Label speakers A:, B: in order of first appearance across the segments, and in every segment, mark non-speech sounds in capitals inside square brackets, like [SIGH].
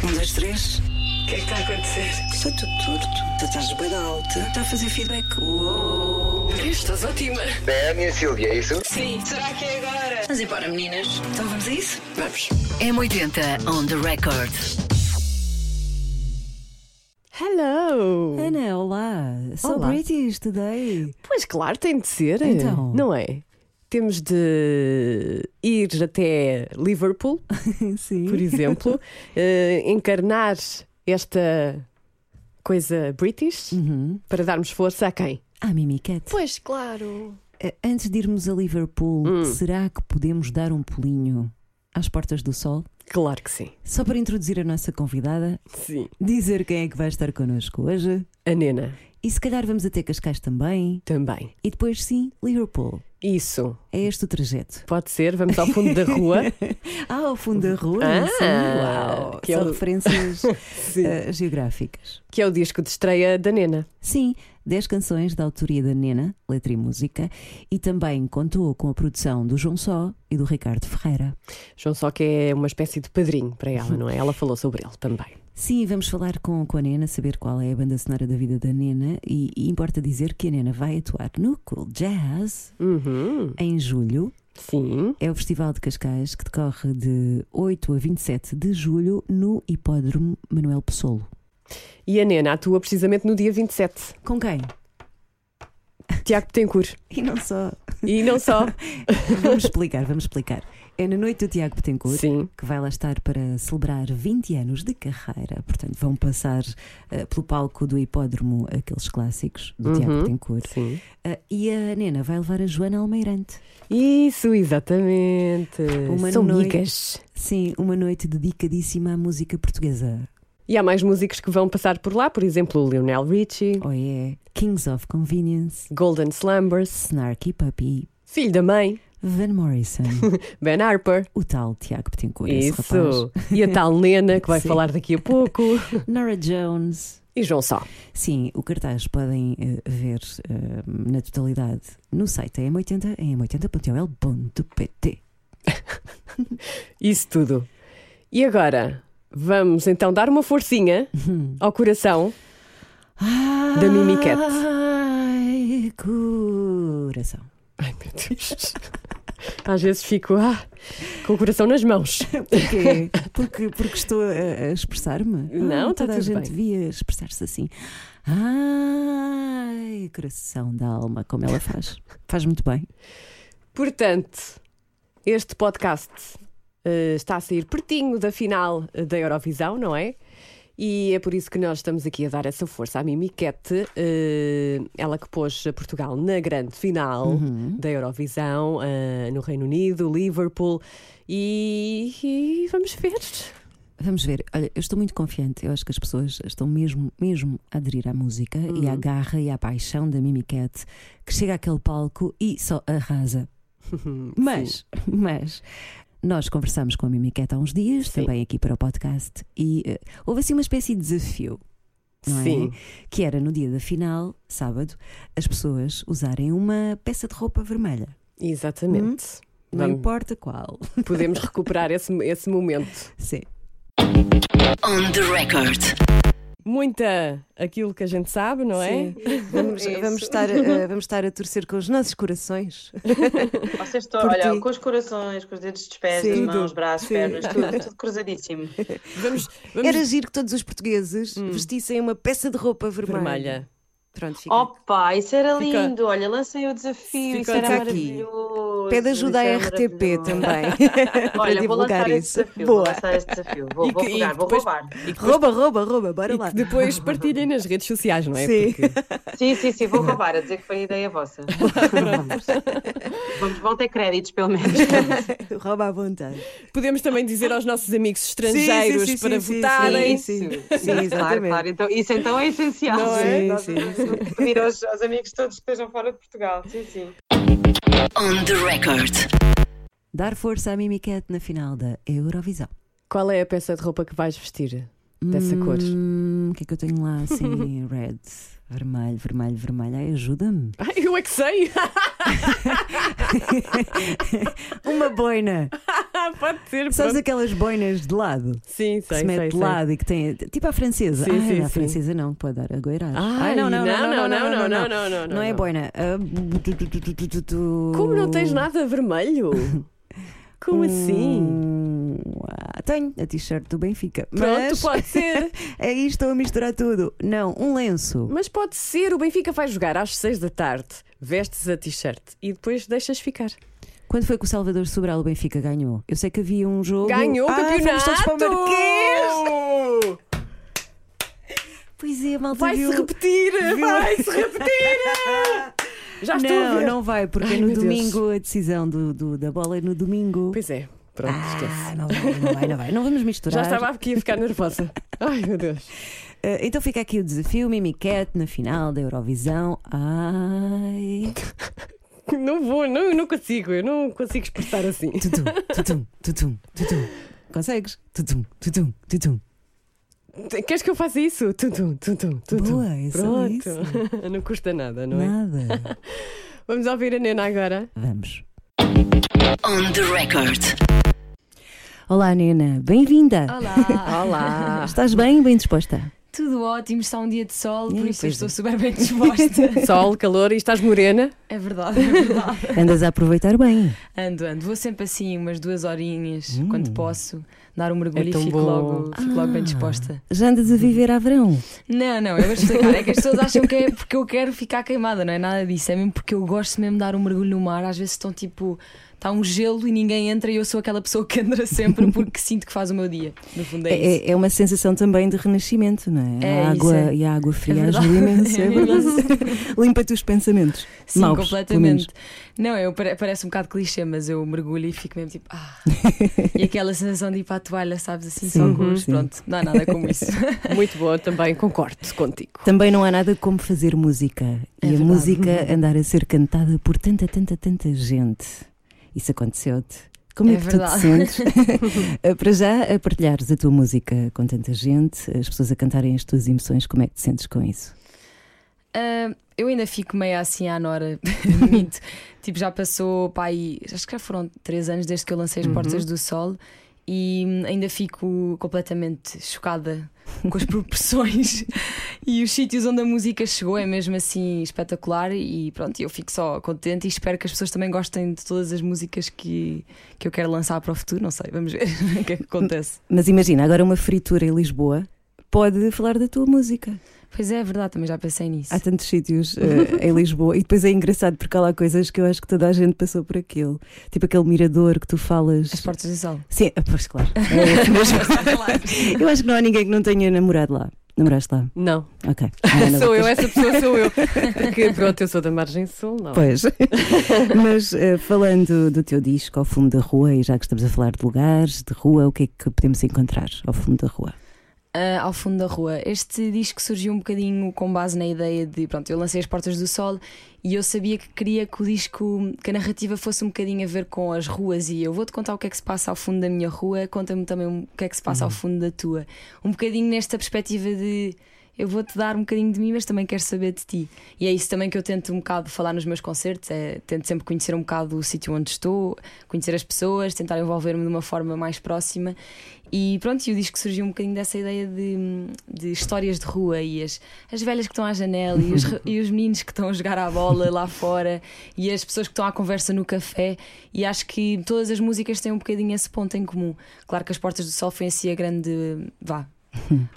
A: das Um, três.
B: O que é que está a acontecer?
A: Está tudo torto. Tu estás bem alta. Está a fazer feedback. Uou.
B: Estás ótima.
C: É a minha Silvia, é isso?
B: Sim. Será que é agora?
A: Vamos embora, meninas. Então vamos a isso? Vamos.
D: M80 on the record.
E: Hello!
F: Ana, olá. So
E: Olá.
F: British today.
E: Pois claro, tem de ser.
F: Então.
E: Não é? Temos de ir até Liverpool,
F: [LAUGHS] Sim.
E: por exemplo, eh, encarnar esta coisa British
F: Uhum.
E: para darmos força a quem?
F: Ah, Mimi Cat.
E: Pois claro.
F: Eh, Antes de irmos a Liverpool,
E: Hum.
F: será que podemos dar um pulinho às portas do sol?
E: Claro que sim.
F: Só para introduzir a nossa convidada,
E: Sim.
F: dizer quem é que vai estar connosco hoje.
E: A Nena
F: E se calhar vamos até Cascais também.
E: também.
F: E depois, sim, Liverpool.
E: Isso.
F: É este o trajeto.
E: Pode ser, vamos ao fundo da
F: [LAUGHS]
E: rua.
F: Ah, ao fundo da rua.
E: Ah,
F: sim, uau.
E: que é
F: São
E: o- [LAUGHS]
F: referências
E: Sim.
F: eh, geográficas.
E: que é o disco de estreia da Nena.
F: Sim, 10 canções da autoria da Nena, letra e música, e também contou com a produção do João Só e do Ricardo Ferreira.
E: João Só que é uma espécie de padrinho para ela, não é? Ela falou sobre ele também.
F: Sim, vamos falar com, com a Nena, saber qual é a banda sonora da vida da Nena, e, e importa dizer que a Nena vai atuar no Cool Jazz
E: Uhum.
F: em julho.
E: Sim.
F: É o Festival de Cascais que decorre de 8 a 27 de julho no Hipódromo Manuel Pessoa.
E: E a Nena atua precisamente no dia 27.
F: Com quem?
E: Tiago Betancourt.
F: E não só.
E: E não só.
F: Vamos explicar, vamos explicar. É na noite do Tiago Betancourt.
E: Sim.
F: que vai lá estar para celebrar 20 anos de carreira. Portanto, vão passar eh, pelo palco do hipódromo aqueles clássicos do Tiago Betancourt.
E: Sim.
F: Eh, e a Nena vai levar a Joana Almeirante.
E: Isso, exatamente.
F: Uma
E: São
F: noite.
E: amigas.
F: Sim, uma noite dedicadíssima à música portuguesa.
E: E há mais músicos que vão passar por lá, por exemplo, o Lionel Richie,
F: Ou é Kings of Convenience,
E: Golden Slumbers,
F: Snarky Puppy,
E: Filho da Mãe,
F: Van Morrison, [LAUGHS]
E: Ben Harper.
F: o tal Tiago Betancourt, esse
E: Isso. E a tal Nena, que vai
F: Sim.
E: falar daqui
F: [LAUGHS]
E: a pouco.
F: rapaz, Nora Jones.
E: E João Só.
F: Sim, o cartaz podem eh, ver eh, na totalidade no site em80, em 80.ol.pt.
E: Isso tudo. E agora, vamos então dar uma forcinha ao coração.
F: da
E: Mimi Cat.
F: Ai, coração.
E: Ai, meu Deus. Às vezes fico ah, com o coração nas mãos.
F: Porquê? Porque, porque estou a, a expressar-me?
E: Não,
F: Ah,
E: tá
F: toda a
E: tudo
F: gente
E: bem.
F: devia expressar-se assim. Ai, coração da alma, como ela faz. Faz muito bem.
E: Portanto, este podcast eh, está a sair pertinho da final eh, da Eurovisão, não é? E é por isso que nós estamos aqui a dar essa força à Mimiquete, eh, ela que pôs Portugal na grande final
F: Uhum.
E: da Eurovisão, eh, no Reino Unido, Liverpool. E, e vamos ver.
F: Vamos ver, olha, eu estou muito confiante. Eu acho que as pessoas estão mesmo, mesmo a aderir à música e
E: Hum.
F: à garra e à paixão da Mimi Cat, que chega àquele palco e só arrasa. mas, mas, nós conversámos com a Mimi Cat há uns dias,
E: Sim.
F: também aqui para o podcast, e eh, houve assim uma espécie de desafio. não é?
E: Sim.
F: Que era no dia da final, sábado, as pessoas usarem uma peça de roupa vermelha.
E: Exatamente.
F: Não importa qual. [LAUGHS]
E: Podemos recuperar esse, esse momento.
F: Sim.
D: On the record.
E: Muita aquilo que a gente sabe, não é?
F: Sim. Vamos, vamos
E: [LAUGHS]
F: estar, a- vamos estar a torcer com os nossos corações.
G: Vocês estão,
F: Por
G: olha,
F: ti.
G: com os corações, com os dedos dos pés,
F: Sim.
G: as mãos, braços,
F: Sim.
G: pernas,
F: [LAUGHS]
G: tudo, tudo cruzadíssimo.
E: Vamos, vamos Hum.
F: Era giro que todos os portugueses vestissem uma peça de roupa vermelha.
E: vermelha.
F: Pronto, fica.
G: Opa, isso era
E: Fica-
G: lindo, olha, lancei o desafio,
E: Fica
G: isso era
F: aqui.
G: maravilhoso.
F: Pede ajuda à
G: isso era
F: RTP
G: maravilhoso.
F: também. [LAUGHS]
G: [LAUGHS] Olha, vou lançar esse desafio, vou
F: Boa.
G: lançar esse desafio, vou,
E: E
G: vou
E: que- e
G: pegar, vou
E: depois-
G: roubar.
E: E que
F: Rouba, rouba, rouba, bora
E: E
F: lá.
E: que depois partilhem nas redes sociais, não é?
F: Sim.
E: Porque-
G: Sim, sim, sim, vou roubar, a dizer que foi ideia
F: [LAUGHS]
G: vossa. Vamos, vão ter créditos, pelo menos.
F: [LAUGHS]
G: [LAUGHS]
F: Rouba à vontade.
E: Podemos também dizer aos nossos amigos estrangeiros
F: sim, sim,
E: para
F: sim,
E: votarem.
F: sim.
G: Sim, claro,
F: exatamente.
G: claro. Então, isso então é essencial.
E: Não
F: é?
G: Nós
F: Sim,
G: vamos Pedir aos, aos amigos todos que estejam fora de Portugal. Sim, sim.
D: On the record.
F: Dar força à Mimi Cat na final da Eurovisão.
E: Qual é a peça de roupa que vais vestir dessa cor?
F: Hum, O que é que eu tenho lá
E: [LAUGHS]
F: assim? Red, vermelho, vermelho, vermelho. Ai, ajuda-me.
E: Ai, eu é que sei! [LAUGHS]
F: Uma boina.
E: [LAUGHS] Pode ser.
F: Sabes
E: pronto.
F: aquelas boinas de lado?
E: Sim,
F: Que
E: sei,
F: se mete
E: sei,
F: de
E: sei.
F: lado e que tem. Tipo a francesa.
E: Sim,
F: ah,
E: sim,
F: a
E: sim.
F: francesa não, pode dar a goirar.
E: Ai, não, não, não, não, não, não,
F: Não é
E: não.
F: boina. Ah,
E: Como não tens
F: [LAUGHS]
E: nada vermelho? Como assim?
F: Hum, ah, Tenho a t-shirt do Benfica.
E: Pronto,
F: mas... [LAUGHS]
E: pode ser.
F: Aí estou a misturar tudo. Não, um lenço.
E: Mas pode ser. O Benfica vai jogar às 6 da tarde. Vestes a t-shirt e depois deixas ficar.
F: Quando foi que o Salvador Sobral o Benfica ganhou? Eu sei que havia um jogo.
E: Ganhou o
F: ah,
E: campeonato!
F: Fomos todos para o Marquês! Pois é, malta
E: Vai-se
F: viu.
E: repetir! Vai-se repetir! Já estou a
F: Não,
E: ver.
F: não vai, porque
E: Ai,
F: é no
E: meu Deus.
F: domingo a decisão do, do- da bola é no domingo.
E: Pois é. Pronto, esquece.
F: Ah, não vai, não vai, não vai. Não vamos misturar.
E: Já estava aqui a ficar
F: [LAUGHS]
E: nervosa. Ai meu Deus.
F: Ah, então fica aqui o desafio, Mimi Cat na final da Eurovisão. Ai.
E: Não vou, não, não consigo, eu não consigo expressar assim.
F: Tutum, tutum, tutum, tutum. Consegues? Tutum, tutum, tutum.
E: Queres que eu faça isso? Tum, tum, tum, tum, tum.
F: Boa, é só
E: Pronto.
F: isso.
E: [LAUGHS] Não custa nada, não é?
F: Nada.
E: Vamos ouvir a Nena agora.
F: Vamos.
D: On the record.
F: Olá, Nena. Bem-vinda.
C: Olá!
E: Olá!
F: Estás bem? Bem disposta?
C: Tudo ótimo, está um dia de sol, por
F: Ih,
C: isso eu
F: pois
C: estou
F: é.
C: super bem
E: [LAUGHS]
C: disposta.
E: [LAUGHS] Sol, calor e estás morena?
C: é verdade, é verdade.
F: Andas a aproveitar bem.
C: Ando, ando, vou sempre assim umas duas horinhas, quando posso, dar um mergulho
E: É
C: e
E: tão
C: fico
E: bom.
C: logo, fico logo bem disposta.
F: Já andas a viver à verão.
C: Não, não, eu vou explicar. É que as pessoas acham que é porque eu quero ficar queimada, não é nada disso. É mesmo porque eu gosto mesmo de dar um mergulho no mar. Às vezes estão tipo. Está um gelo e ninguém entra e eu sou aquela pessoa que [LAUGHS] entra sempre porque sinto que faz o meu dia. No fundo é, isso.
F: É, é uma sensação também de renascimento, não é?
C: É,
F: a
C: isso
F: água
C: é.
F: e a água fria
C: É
F: ajuda
C: verdade.
F: imenso, é
C: [LAUGHS] É
F: verdade. Limpa-te os pensamentos.
C: Sim,
F: Maus, pelo menos.
C: completamente. Não, eu pare- parece um bocado clichê, mas eu mergulho e fico mesmo tipo,
F: [LAUGHS]
C: ah. e aquela sensação de ir para a toalha, sabes assim,
F: Sim, Uhum,
C: só com os.
F: sim.
C: Pronto, não há nada como isso.
E: Muito boa também, concordo contigo.
F: Também não há nada como fazer música. e
C: É
F: a
C: verdade.
F: música andar a ser cantada por tanta, tanta, tanta gente. Isso aconteceu-te. Como é,
C: É
F: que
C: verdade.
F: tu
C: [LAUGHS]
F: te sentes? [LAUGHS] Eh, Para já, a partilhares a tua música com tanta gente, as pessoas a cantarem as tuas emoções, como é que te sentes com isso?
C: Ah, eu ainda fico meio assim à Nora, [LAUGHS] minto. Tipo, já passou, pá, aí, acho que já foram três anos desde que eu lancei As Portas do Sol e hum, ainda fico completamente chocada com as [LAUGHS] proporções e os sítios onde a música chegou. É mesmo assim espetacular e pronto, eu fico só contente e espero que as pessoas também gostem de todas as músicas que, que eu quero lançar para o futuro. Não sei, vamos ver [LAUGHS] o que é que acontece.
F: Mas imagina, agora uma fritura em Lisboa pode falar da tua música.
C: Pois é, é verdade, também já pensei nisso.
F: Há tantos sítios eh,
C: [LAUGHS]
F: em Lisboa e depois é engraçado porque há lá coisas que eu acho que toda a gente passou por aquilo. Tipo aquele mirador que tu falas.
C: As Portas do Sol.
F: Sim, ah, pois
E: [LAUGHS]
F: claro. É esse mesmo. eu acho que não há ninguém que não tenha namorado lá. Namoraste lá?
E: Não, [LAUGHS]
F: Ok. Ah, Ana
E: sou eu, é
F: Lucas.
E: essa pessoa sou eu. Porque pronto, eu sou da margem sul, não.
F: [LAUGHS]
E: é? [LAUGHS]
F: Pois. Mas eh, falando do teu disco ao fundo da rua, e já que estamos a falar de lugares, de rua, o que é que podemos encontrar ao fundo da rua?
C: Ah, ao fundo da rua. Este disco surgiu um bocadinho com base na ideia de. Pronto, eu lancei As Portas do Sol e eu sabia que queria que o disco, que a narrativa fosse um bocadinho a ver com as ruas e eu vou-te contar o que é que se passa ao fundo da minha rua, conta-me também um- o que é que se passa ao fundo da tua. Um bocadinho nesta perspectiva de. Eu vou-te dar um bocadinho de mim, mas também quero saber de ti. E é isso também que eu tento um bocado falar nos meus concertos, é tento sempre conhecer um bocado o sítio onde estou, conhecer as pessoas, tentar envolver-me de uma forma mais próxima. E pronto, e o disco surgiu um bocadinho dessa ideia de, de histórias de rua e as, as velhas que estão à janela e os, re- e os meninos que estão a jogar à bola lá fora e as pessoas que estão à conversa no café. E acho que todas as músicas têm um bocadinho esse ponto em comum. Claro que As Portas do Sol foi em si a grande. vá.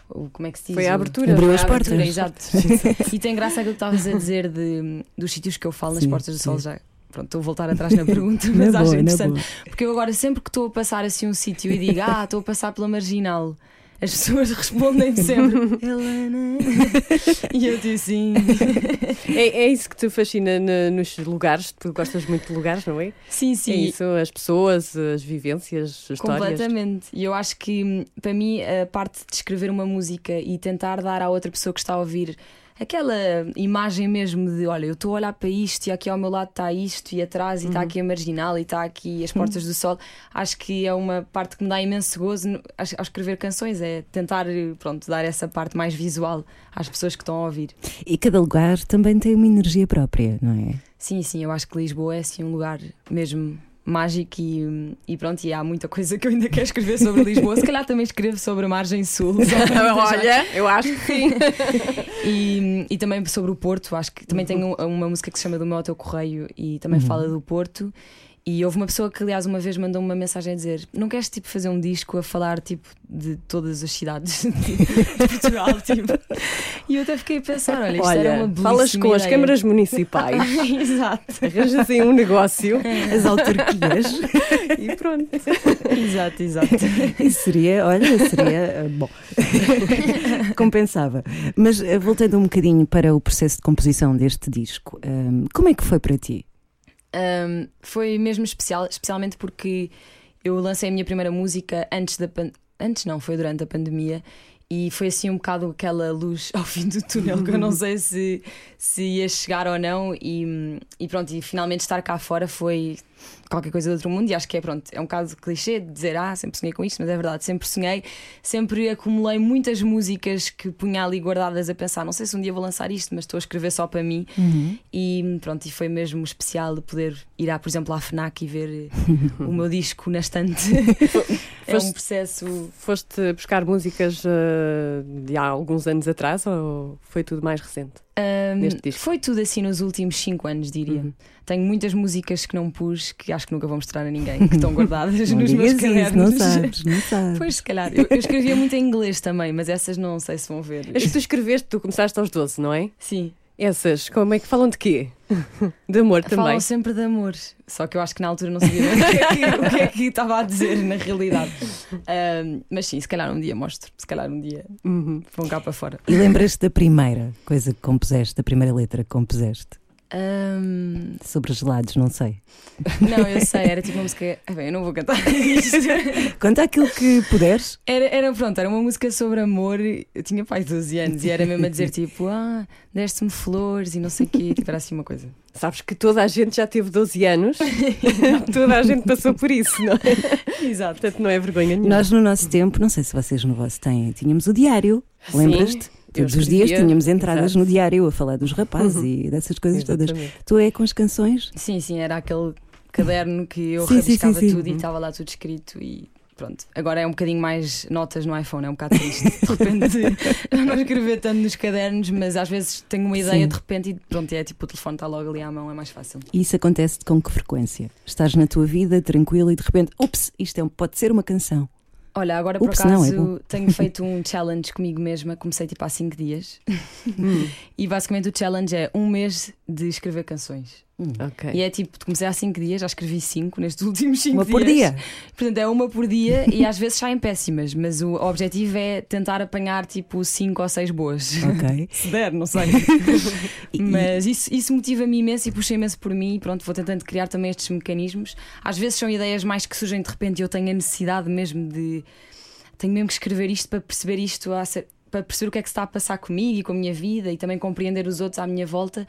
C: o- Como é que se diz?
E: Foi a
C: O-
E: abertura.
F: Abriu
E: foi
F: as
E: a
F: portas.
E: abertura, exato.
C: [LAUGHS] Exato.
F: [LAUGHS]
C: e tem graça aquilo que estavas a dizer de, dos sítios que eu falo nas
F: Sim,
C: Portas do Sol.
F: sim.
C: Já, pronto, estou a voltar
F: [LAUGHS]
C: atrás na pergunta, mas acho interessante.
F: boa.
C: Porque eu agora sempre que estou a passar assim um sítio e digo, ah, estou a passar pela marginal, as pessoas [LAUGHS]
E: [LAUGHS]
C: respondem sempre, Helena. [LAUGHS] e eu digo sim.
E: É, é isso que te fascina na- nos lugares, tu gostas muito de lugares, não é?
C: Sim, sim.
E: É isso, as pessoas, as vivências, as histórias.
C: Completamente. E eu acho que, hum, para mim, a parte de escrever uma música e tentar dar à outra pessoa que está a ouvir aquela imagem mesmo de: olha, eu estou a olhar para isto e aqui ao meu lado está isto, e atrás, e está aqui a marginal, e está aqui as portas do sol, acho que é uma parte que me dá imenso gozo no- ao ao escrever canções, é tentar, eh, pronto, dar essa parte mais visual às pessoas que estão a ouvir.
F: E cada lugar também tem uma energia própria, não é?
C: Sim, sim, eu acho que Lisboa é assim um lugar mesmo mágico e, e pronto, e há muita coisa que eu ainda quero escrever sobre Lisboa. Se calhar também escrevo sobre a margem sul.
E: [LAUGHS]
C: só para deixar.
E: [LAUGHS] Olha, eu acho que sim.
C: E, e também sobre o Porto, acho que também tenho
E: Uhum.
C: uma música que se chama Do Meu ao Teu Correio e também fala do Porto. E houve uma pessoa que, aliás, uma vez mandou-me uma mensagem a dizer: Não queres tipo fazer um disco a falar tipo de todas as cidades de Portugal? [LAUGHS] tipo. E eu até fiquei a pensar: Olha, isto era uma
E: Olha,
C: belíssima
E: falas com as
C: ideia."
E: câmaras municipais,
C: [LAUGHS] Exato,
E: arranjas aí um negócio [LAUGHS]
F: As autarquias.
E: e pronto.
C: [LAUGHS] exato, exato.
F: Isso [LAUGHS] seria, olha, seria eh, bom. [LAUGHS] Compensava. Mas eh, voltando um bocadinho para o processo de composição deste disco, ehm, como é que foi para ti?
C: Um, foi mesmo especial, especialmente porque eu lancei a minha primeira música antes da pan- antes não, foi durante a pandemia e foi assim um bocado aquela luz [LAUGHS] ao fim do túnel que eu não sei se, se ia chegar ou não e, e pronto, e finalmente estar cá fora foi qualquer coisa de outro mundo e acho que é pronto, é um bocado clichê de dizer ah, sempre sonhei com isto, mas é verdade, sempre sonhei, sempre acumulei muitas músicas que punha ali guardadas a pensar, não sei se um dia vou lançar isto, mas estou a escrever só para mim e pronto, e foi mesmo especial de poder ir à, por exemplo, à FNAC e ver eh, o meu disco na estante. é um
E: Foste-
C: processo
E: Foste buscar músicas eh, de há alguns anos atrás ou foi tudo mais recente?
C: Ahm,
E: neste disco?
C: Foi tudo assim nos últimos 5 anos, diria. Tenho muitas músicas que não pus, que acho que nunca vou mostrar a ninguém, que estão guardadas
F: Não
C: nos meus
F: digas
C: cadernos.
F: isso, não sabes, não sabes.
C: [LAUGHS] Pois, se calhar. Eu, eu escrevia muito em inglês também, mas essas não sei se vão ver.
E: As que tu escreveste, tu começaste aos 12, não é?
C: Sim,
E: Essas, como é que falam de quê? [LAUGHS] De amor também.
C: falam sempre de amor. Só que eu acho que na altura não sabia [LAUGHS] bem o que é que, o que, é que estava a dizer, na realidade. Ahm, mas sim, se calhar um dia mostro. Se calhar um dia
E: Uhum.
C: vão cá para fora.
F: E lembras-te da primeira coisa que compuseste, da primeira letra que compuseste?
C: Ahm,
F: Sobre gelados, não sei.
C: não, eu sei, era tipo uma música. Ah, bem, eu não vou cantar [LAUGHS] isto.
F: Conta aquilo que puderes.
C: Era, era pronto, era uma música sobre amor. Eu tinha pai 12 anos e era mesmo a dizer
F: [LAUGHS]
C: tipo, ah, deste-me flores e não sei o quê. Tipo, era assim uma coisa.
E: Sabes que toda a gente já teve 12
C: [LAUGHS]
E: anos, toda a gente passou por isso, não é?
C: Exato.
E: Portanto, não é vergonha nenhuma.
F: Nós, no nosso tempo, não sei se vocês no vosso têm, tínhamos o diário.
C: Ah,
F: Lembras-te?
E: eu
F: Todos os dias
E: escrevia.
F: tínhamos entradas
E: Exato.
F: no diário a falar dos
C: Uhum.
F: rapazes e dessas coisas todas.
E: Exatamente.
F: Tu é com as canções?
C: Sim, sim, era aquele caderno que eu
F: Sim, sim,
C: rabiscava
F: sim, sim.
C: tudo e estava lá tudo escrito e pronto. Agora é um bocadinho mais notas no iPhone, é um bocado triste. De repente [LAUGHS] já não escrever tanto nos cadernos, mas às vezes tenho uma ideia
F: Sim.
C: de repente e pronto, é tipo o telefone está logo ali à mão, é mais fácil.
F: E isso acontece com que frequência? Estás na tua vida tranquila e de repente, ups, isto é um- pode ser uma canção.
C: Olha, agora por
F: Ups, não, é
C: acaso
F: bom.
C: tenho feito um [LAUGHS] challenge comigo mesma, comecei tipo há 5 dias.
F: Hum.
C: e basicamente o challenge é um mês de escrever canções.
E: Ok.
C: E é tipo, comecei há 5 dias, já escrevi 5 nestes [LAUGHS] últimos 5
F: Uma
C: dias.
F: por dia.
C: Portanto, é uma por dia e às vezes saem péssimas, mas o objetivo é tentar apanhar tipo 5 ou 6 boas.
F: Ok.
C: Se der, não sei.
F: [LAUGHS] E-
C: Mas isso, isso motiva-me imenso e puxa imenso por mim. E pronto, vou tentando criar também estes mecanismos. Às vezes são ideias mais que surgem de repente e eu tenho a necessidade mesmo de. Tenho mesmo que escrever isto para perceber isto, a ser- para perceber o que é que se está a passar comigo e com a minha vida e também compreender os outros à minha volta.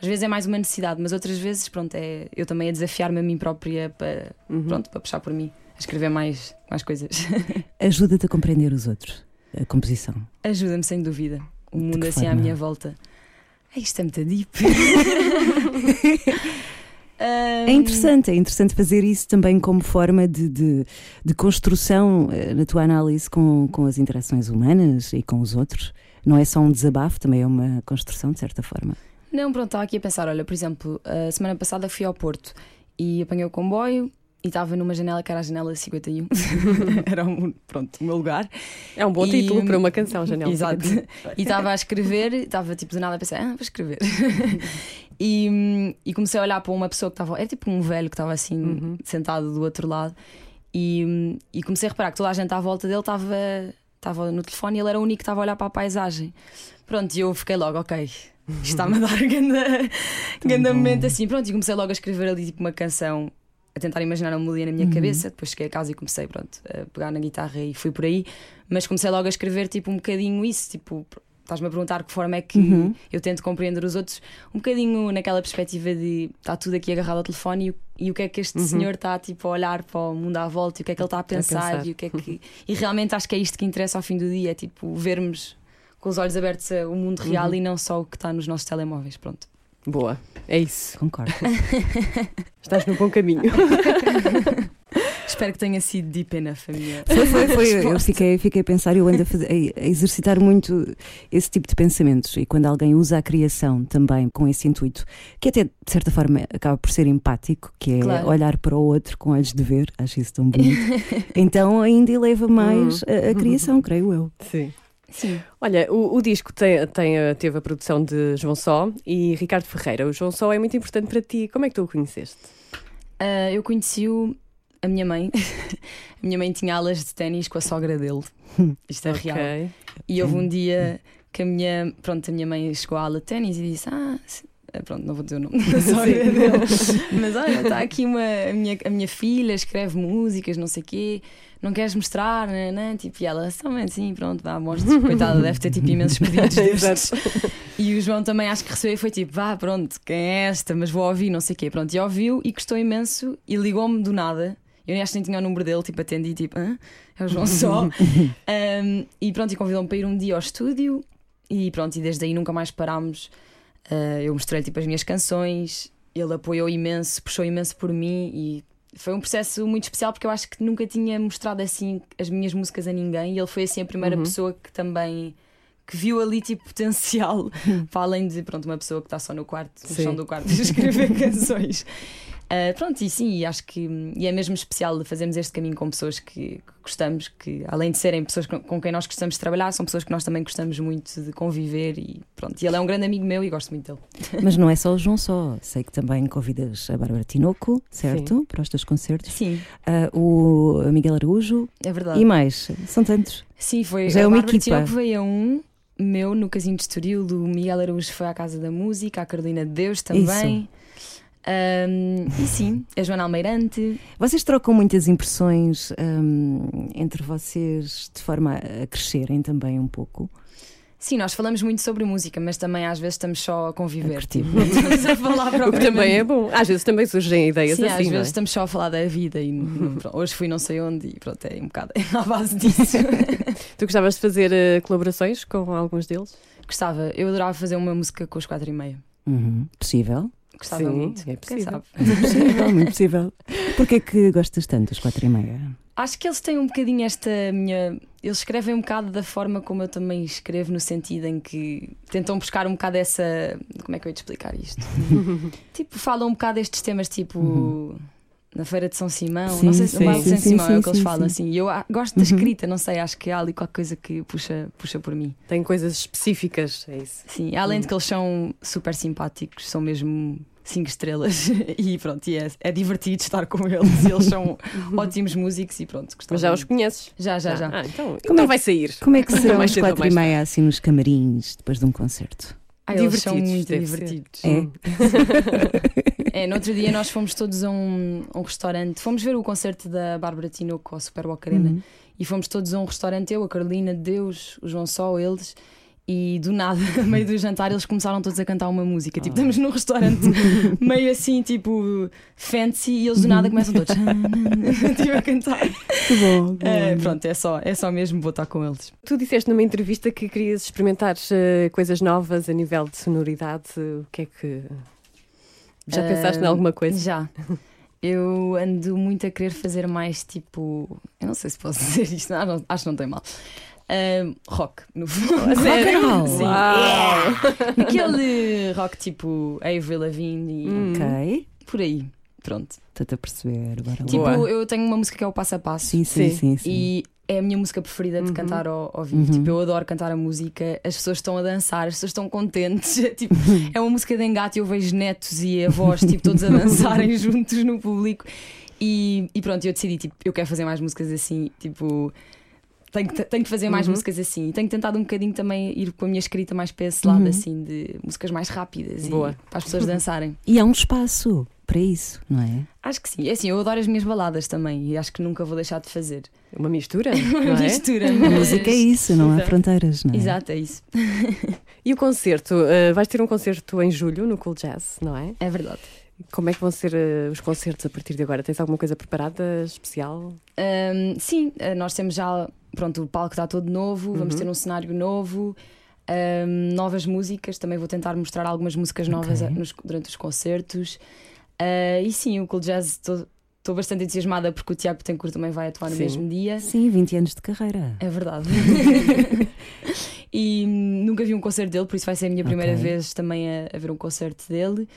C: Às vezes é mais uma necessidade, mas outras vezes, pronto, é eu também a desafiar-me a mim própria para,
F: Uhum.
C: pronto, para puxar por mim, a escrever mais, mais coisas.
F: Ajuda-te a compreender os outros, a composição.
C: Ajuda-me sem dúvida. O
F: De
C: mundo
F: que
C: assim à
F: forma?
C: minha volta. Ai, isto é
F: [LAUGHS]
C: muito deep. Ah,
F: É interessante, é interessante fazer isso também como forma de, de- de construção eh, na tua análise com, com as interações humanas e com os outros. Não é só um desabafo, também é uma construção, de certa forma.
C: Não, pronto, estava aqui a pensar. Olha, por exemplo, a semana passada fui ao Porto e apanhei o comboio e estava numa janela que era a janela 51. [LAUGHS] era um, pronto, o meu lugar.
E: É um bom
C: E-
E: título para uma canção, Janel.
C: Exato. [LAUGHS] E estava a escrever, estava tipo do nada a pensar, ah, vou escrever. e, hum, e comecei a olhar para uma pessoa que estava, era tipo um velho que estava assim, sentado do outro lado. E, hum, e comecei a reparar que toda a gente à volta dele estava, estava no telefone e ele era o único que estava a olhar para a paisagem. Pronto, e eu fiquei logo, ok. Isto está-me a dar um grande, grande momento assim. Pronto, e comecei logo a escrever ali tipo uma canção, a tentar imaginar uma melodia na minha cabeça. Depois cheguei a casa e comecei, pronto, a pegar na guitarra e fui por aí. Mas comecei logo a escrever tipo um bocadinho isso, tipo. pr- Estás-me a perguntar que forma é que
F: Uhum.
C: eu tento compreender os outros, um bocadinho naquela perspectiva de está tudo aqui agarrado ao telefone e, o- e o que é que este senhor está tipo, a olhar para o mundo à volta e o que é que ele está a pensar,
E: pensar.
C: E, o que é que... e realmente acho que é isto que interessa ao fim do dia, é tipo vermos com os olhos abertos a- o mundo real e não só o que está nos nossos tá telemóveis. Pronto.
E: Boa, é isso.
F: Concordo.
E: Estás no bom caminho.
C: Espero que tenha sido deep enough a minha.
F: Foi, foi, foi. Eu fiquei, fiquei a pensar, eu ando a, fazer- a- a exercitar muito esse tipo de pensamentos. E quando alguém usa a criação também com esse intuito, que até de certa forma acaba por ser empático, que é
C: Claro.
F: olhar para o outro com olhos de ver, acho isso tão bonito. então ainda eleva mais a, a criação, creio eu.
E: Sim.
C: [LAUGHS] Sim.
E: Olha, o, o disco tem, tem, eh, teve a produção de João Só e Ricardo Ferreira. O João Só é muito importante para ti. Como é que tu o conheceste?
C: Ah, eu conheci-o, a minha mãe. [LAUGHS] a minha mãe tinha alas de ténis com a sogra dele. Isto é real.
E: Ok.
C: E houve um dia que a minha, pronto, a minha mãe chegou à aula de ténis e disse: Ah, se- eh, pronto, não vou dizer o nome [LAUGHS] da sogra dele. Mas olha, está aqui uma, a, minha, a minha filha, escreve músicas, não sei o quê, não queres mostrar, né, né? Tipo, e ela, somente sim, pronto, dá, mostra Coitada, deve ter tipo imensos pedidos. destes. E o João também acho que recebeu e foi tipo, vá, pronto, quem é esta? Mas vou ouvir, não sei o quê. Pronto, e ouviu e gostou imenso e ligou-me do nada. Eu nem acho que nem tinha o número dele, tipo, atendi, tipo, hã? É o João só. Um, e pronto, e convidou-me para ir um dia ao estúdio e pronto, e desde aí nunca mais parámos. Uh, eu mostrei-lhe tipo as minhas canções, ele apoiou imenso, puxou imenso por mim e foi um processo muito especial porque eu acho que nunca tinha mostrado assim as minhas músicas a ninguém e ele foi assim a primeira pessoa que também que viu ali tipo [LAUGHS] potencial para além de pronto uma pessoa que está só no quarto, no
E: Sim.
C: chão do quarto [LAUGHS] a escrever canções. Uh, pronto, e sim, e acho que hum, e é mesmo especial fazermos este caminho com pessoas que, que gostamos, que além de serem pessoas com, com quem nós gostamos de trabalhar, são pessoas que nós também gostamos muito de conviver e pronto. E ele é um grande amigo meu e gosto muito dele.
F: Mas não é só o João Só. Sei que também convidas a Bárbara Tinoco, certo? Para os teus concertos.
C: Sim,
F: Ah, o Miguel Araújo
C: é verdade.
F: e mais. São tantos.
C: Sim, foi.
F: Já é
C: a
F: uma
C: Bárbara
F: equipa.
C: Tinoco veio a um meu no Casino de Estoril, o Miguel Araújo foi à Casa da Música, a Carolina de Deus também. Um, e sim, a Joana Almeirante.
F: Vocês trocam muitas impressões hum, entre vocês de forma a crescerem também um pouco.
C: Sim, nós falamos muito sobre música, mas também às vezes estamos só a conviver.
F: A curtir.
C: tipo, não estamos a falar
E: O que
C: propriamente.
E: também é bom. Às vezes também surgem ideias
C: Sim,
E: assim.
C: às
E: não é?
C: vezes estamos só a falar da vida e não- pronto, hoje fui não sei onde e pronto, é um bocado [LAUGHS] à base disso.
E: Tu gostavas de fazer eh, colaborações com alguns deles?
C: Gostava, eu adorava fazer uma música com os quatro e meia.
F: Uhum. Possível.
C: Gostava
E: Sim,
C: muito.
E: é
C: Quem
E: possível.
C: sabe?
F: Possível, muito possível. Porquê é que gostas tanto dos quatro e meia?
C: Acho que eles têm um bocadinho esta minha. Eles escrevem um bocado da forma como eu também escrevo, no sentido em que tentam buscar um bocado essa. Como é que eu ia te
F: [LAUGHS]
C: explicar isto? tipo, falam um bocado destes temas, tipo. Na Feira de São Simão,
F: Uhum. Sim,
C: não sei se
F: sim,
C: o Baile de São
F: sim,
C: Simão é
F: sim,
C: o que eles
F: sim,
C: falam,
F: sim. Uhum.
C: assim. E eu ah, gosto da escrita, não sei, acho que há ali qualquer coisa que puxa, puxa por mim.
E: Tem coisas específicas, é isso.
C: Sim, além de que eles são super simpáticos, são mesmo cinco estrelas [LAUGHS] e pronto, e é, é divertido estar com eles. E eles
F: [LAUGHS]
C: são ótimos músicos e pronto, gostava
E: Mas já os
C: muito.
E: conheces?
C: já, já, já.
E: Ah, então,
F: Como
E: então
F: é-
E: vai sair.
F: Como é que serão
E: Mais
F: os
E: cedo ou
F: quatro e
E: mais
F: meia assim nos camarins depois de um concerto?
C: Ah, eles são
E: Divertidos,
C: muito
E: deve ser.
C: divertidos.
F: É?
C: [LAUGHS] É, no outro dia nós fomos todos a um, a um restaurante, fomos ver o concerto da Bárbara Tinoco ao Super Boca Arena
F: Uhum.
C: e fomos todos a um restaurante, eu, a Carolina, Deus, o João Só, eles. E do nada, [LAUGHS] a meio do jantar, eles começaram todos a cantar uma música.
F: Ah.
C: Tipo, estamos num restaurante [LAUGHS] meio assim, tipo, fancy, e eles do nada começam todos [LAUGHS] tipo, a cantar.
F: Que bom.
C: Eh, pronto, é só, é só mesmo vou estar com eles.
E: Tu disseste numa entrevista que querias experimentar eh, coisas novas a nível de sonoridade. O que é que. Já
C: Ah,
E: pensaste em alguma coisa?
C: Já. Eu ando muito a querer fazer mais tipo. Eu não sei se posso [LAUGHS] dizer isto, não, não- acho que não tem mal. Ahm, rock, no fundo.
E: sério?
F: roll.
C: Sim. [LAUGHS] Aquele rock tipo Avril Lavigne e
E: Hum.
F: Ok.
C: por aí. Pronto.
F: Estou-te a perceber. Bora lá.
C: Tipo,
E: Boa.
C: eu tenho uma música que é o Passo a Passo.
F: Sim, sim,
E: Sim.
F: sim. sim.
C: E é a minha música preferida de cantar ao, ao vivo. Tipo, eu adoro cantar a música, as pessoas estão a dançar, as pessoas estão contentes. [LAUGHS] É, tipo, é uma música de engate, eu vejo netos e avós, tipo, todos a dançarem juntos no público. E, e pronto, eu decidi, tipo, eu quero fazer mais músicas assim, tipo. Tenho que, tenho que fazer mais músicas assim. E tenho tentado um bocadinho também ir com a minha escrita mais para esse lado, assim, de músicas mais rápidas
E: Boa.
C: e para as pessoas dançarem.
F: E há um espaço para isso, não é?
C: Acho que sim. É assim, eu adoro as minhas baladas também e acho que nunca vou deixar de fazer.
E: Uma
C: [LAUGHS]
E: mistura? não é? [LAUGHS]
C: Mistura.
F: A música é isso, não há fronteiras, não é?
C: Eh, Exato, é isso.
E: E o concerto? eh, vais ter um concerto em julho no Cool Jazz, não é?
C: É verdade.
E: Como é que vão ser eh, os concertos a partir de agora? Tens alguma coisa preparada especial? Uhum.
C: Ahm, sim, ah, nós temos já. Pronto, o palco está todo novo, vamos ter um cenário novo. Ahm, novas músicas, também vou tentar mostrar algumas músicas novas a- nos- durante os concertos. Ah, e sim, o Cool Jazz, estou bastante entusiasmada porque o Tiago Betancourt também vai atuar no
E: Sim.
C: mesmo dia.
F: Sim, 20 anos de carreira.
C: É
F: [LAUGHS]
C: verdade. e hum, nunca vi um concerto dele, por isso vai ser a minha primeira
F: Ok.
C: vez também a, a ver um concerto dele.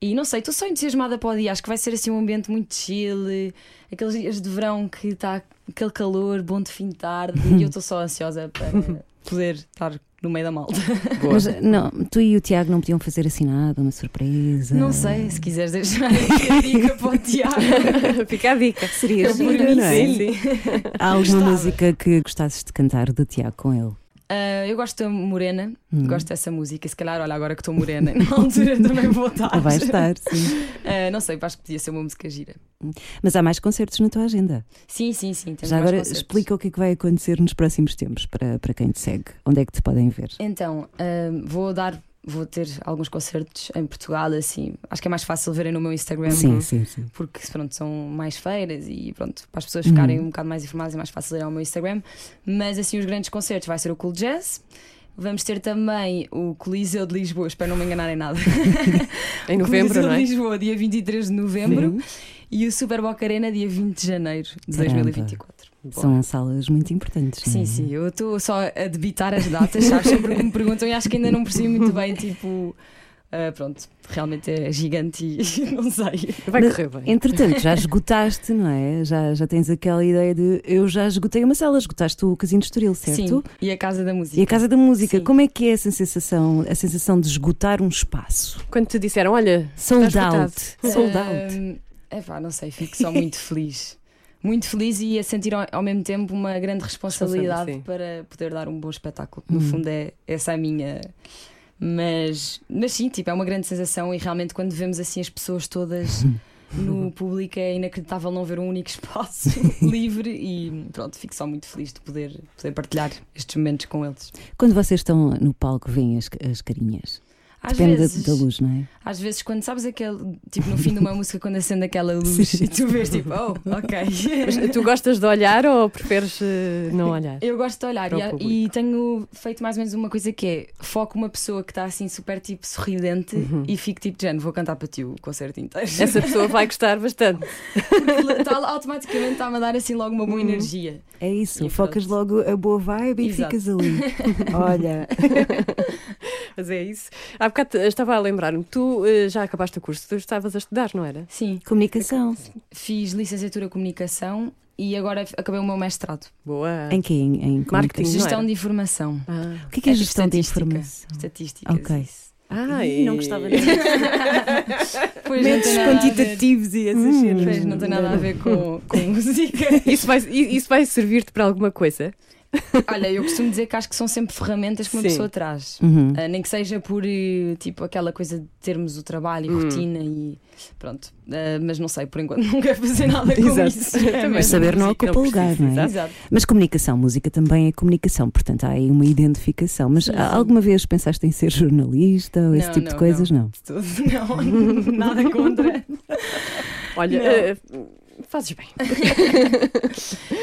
C: E não sei, estou só entusiasmada para o dia. Acho que vai ser assim um ambiente muito chill, eh, aqueles dias de verão que está aquele calor, bom de fim de tarde. e eu estou só ansiosa
F: [LAUGHS]
C: para poder estar no meio da malta.
F: Tá. Mas não, tu e o Tiago não podiam fazer assim nada, uma surpresa.
C: Não sei, se quiseres deixar aqui a dica para
F: [LAUGHS]
C: o Tiago.
E: Fica a dica.
F: Seria
C: Eu
F: giro,
C: por mim,
F: não é?
C: sim.
F: Há alguma música que gostasses de cantar do Tiago com
C: [LAUGHS]
F: ele?
C: Ah, eu gosto da Morena,
F: Hum.
C: gosto dessa música. E se calhar, olha, agora que estou morena, [LAUGHS] na altura também vou estar.
F: Ah, vai estar, sim.
C: Ah, não sei, acho que podia ser uma música gira.
F: Mas há mais concertos na tua agenda.
C: Sim, sim, sim. Temos
F: Já
C: mais
F: agora
C: concertos.
F: explica o que é que vai acontecer nos próximos tempos para, para quem te segue. Onde é que te podem ver?
C: Então, hum, vou dar, vou ter alguns concertos em Portugal, assim. Acho que é mais fácil verem no meu Instagram.
F: Sim, sim, sim.
C: Porque pronto, são mais feiras e pronto, para as
F: Hum.
C: pessoas ficarem um bocado mais informadas é mais fácil ir ao meu Instagram. Mas assim, os grandes concertos vai ser o Cool Jazz. Vamos ter também o Coliseu de Lisboa, espero não me enganar
F: [LAUGHS]
C: em nada.
E: Em novembro,
C: Coliseu
E: não
C: de
E: é?
C: Lisboa, dia 23 de novembro. E o Super Boca Arena, dia 20 de janeiro de
F: Caramba.
C: 2024. Bom.
F: São salas muito importantes. não
C: Sim,
F: é?
C: sim, eu estou só a debitar as datas, sabes? Sempre que me perguntam e acho que ainda não percebi
F: [LAUGHS]
C: muito bem, tipo. ah, pronto, realmente é gigante e [LAUGHS] não sei.
E: Vai correr bem.
F: Entretanto, já esgotaste, não é? Já, já tens aquela ideia de eu já esgotei uma sala, esgotaste o Casino de Estoril, certo?
C: Sim, e a Casa da Música.
F: E a Casa da Música,
C: Sim.
F: como é que é essa sensação, a sensação de esgotar um espaço?
E: Quando te disseram, olha,
F: Sold
E: esgotado.
F: out. Sold out.
C: É pá, não sei, fico
F: [LAUGHS]
C: só muito feliz. Muito feliz e a sentir ao, ao mesmo tempo uma grande
E: Responsabilidade,
C: responsabilidade
E: sim.
C: para poder dar um bom espetáculo.
F: Hum.
C: que No fundo, é essa a minha. Mas, mas sim, tipo, é uma grande sensação e realmente quando vemos assim as pessoas
F: [LAUGHS]
C: todas no público é inacreditável não ver um
F: [LAUGHS]
C: único [LAUGHS] espaço livre e pronto, fico só muito feliz de poder, poder partilhar estes momentos com eles.
F: Quando vocês estão no palco, veem as, as carinhas.
C: Às
F: Depende da-
C: vezes,
F: da luz, não é?
C: às vezes quando sabes aquele, tipo, no fim
E: [LAUGHS]
C: de uma música, quando acende aquela luz e tu vês tipo, oh, ok. [LAUGHS]
E: Mas é tu gostas de olhar ou preferes eh, não olhar?
C: Eu gosto de olhar
E: Para o
C: e, a-
E: público.
C: e tenho feito mais ou menos uma coisa que é foco uma pessoa que está assim super tipo sorridente e fico tipo, Jane, vou cantar para ti o concerto inteiro.
E: Uhum. [LAUGHS]
C: [LAUGHS]
E: Essa pessoa vai gostar bastante.
C: Tal, automaticamente está-me a dar assim logo uma boa
E: Uhum.
C: energia.
F: É isso,
C: E
F: focas logo a boa vibe e
C: Exato.
F: ficas
C: [LAUGHS]
F: ali. Olha,
E: Mas é isso. Há bocado eh, estava a lembrar-me, tu eh, já acabaste o curso, tu estavas a estudar, não era?
C: Sim,
F: comunicação.
C: fiz licenciatura em comunicação e agora f- acabei o meu mestrado.
E: Boa.
F: Em quê? Em, em
E: Marketing.
F: comunicação?
E: não
C: Gestão
E: era?
C: de informação.
E: Ah,
F: O que é, que é
C: É
F: gestão de
C: estatística.
F: informação?
C: Estatísticas.
F: Ok.
C: isso.
E: Ai,
F: Ih, não gostava de
C: Pois não tem nada a ver-
F: e essas cenas.
C: Pois não tem nada a ver com,
E: [LAUGHS]
C: com música.
E: Hum. Isso vai, i- isso vai servir-te para alguma coisa?
C: Olha, eu costumo dizer que acho que são sempre ferramentas que uma
E: Sim.
C: pessoa traz.
F: Uhum.
C: Ah, nem que seja por eh, tipo aquela coisa de termos o trabalho e rotina e pronto. Ah, mas não sei, por enquanto [LAUGHS] não quero fazer nada com
E: Exato.
F: [LAUGHS]
C: isso.
E: Também.
C: mesmo
E: Mas
F: Saber não
E: Música,
F: ocupa
E: não
F: lugar,
E: precisa,
F: não é?
E: exato.
C: Exato.
F: Mas comunicação, música também é comunicação, portanto há aí uma identificação. Mas há- alguma vez pensaste em ser jornalista ou esse
C: Não,
F: tipo de
C: não,
F: coisas? Não.
C: De tudo. [LAUGHS] Não,
F: [LAUGHS]
C: [LAUGHS] nada contra.
E: Olha,
C: Não.
E: eh, fazes bem.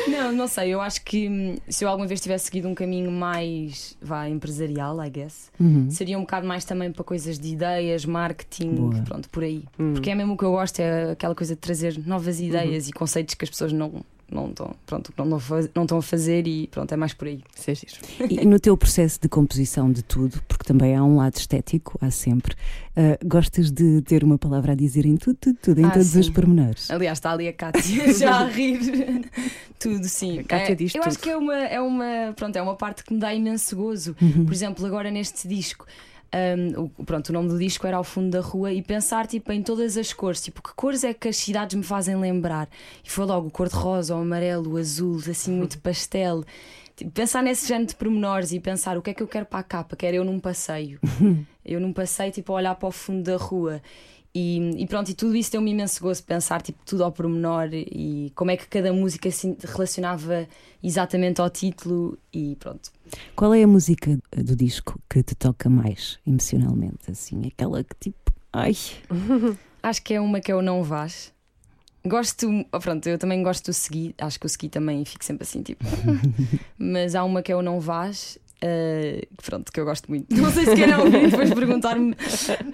C: Não, não sei. Eu acho que hum, se eu alguma vez tivesse seguido um caminho mais vá, empresarial, I guess,
F: Uhum.
C: seria um bocado mais também para coisas de ideias, marketing,
F: Boa.
C: pronto, por aí. Porque é mesmo o que eu gosto, é aquela coisa de trazer novas ideias e conceitos que as pessoas não. Não estão, pronto, que não, não faz- não estão a fazer e pronto, é mais por aí.
E: Isso é giro.
F: E no teu processo de composição de tudo, porque também há um lado estético, há sempre, ah, gostas de ter uma palavra a dizer em tudo, tudo, tudo, em
C: Ah,
F: todos
C: sim.
F: os pormenores.
C: Aliás, está ali a Cátia
E: [LAUGHS]
C: já a rir. [LAUGHS] tudo, sim.
E: A Cátia
C: É,
E: diz
C: eu acho
E: tudo.
C: que é uma, é, uma, pronto, é uma parte que me dá imenso gozo.
E: Uhum.
C: Por exemplo, agora neste disco. hum, o, pronto, o nome do disco era Ao Fundo da Rua e pensar tipo, em todas as cores, tipo, que cores é que as cidades me fazem lembrar? E foi logo o cor-de-rosa, o amarelo, o azul, assim, muito pastel. Tipo, pensar nesse género de pormenores e pensar o que é que eu quero para a capa, quero eu num passeio. eu num passeio, tipo, a olhar para o fundo da rua. E, e pronto, e tudo isso deu-me imenso gozo de pensar, tipo, tudo ao pormenor e como é que cada música se relacionava exatamente ao título e pronto.
F: Qual é a música do disco que te toca mais emocionalmente? Assim, aquela que tipo, ai,
C: Acho que é uma que eu não vás. Gosto, oh, pronto, eu também [LAUGHS] gosto do Segui, acho que é o Segui também fico sempre assim, tipo. Mas há uma que eu não vás eh, pronto, que eu gosto muito. Não [LAUGHS] sei se querem ouvir e depois perguntar-me,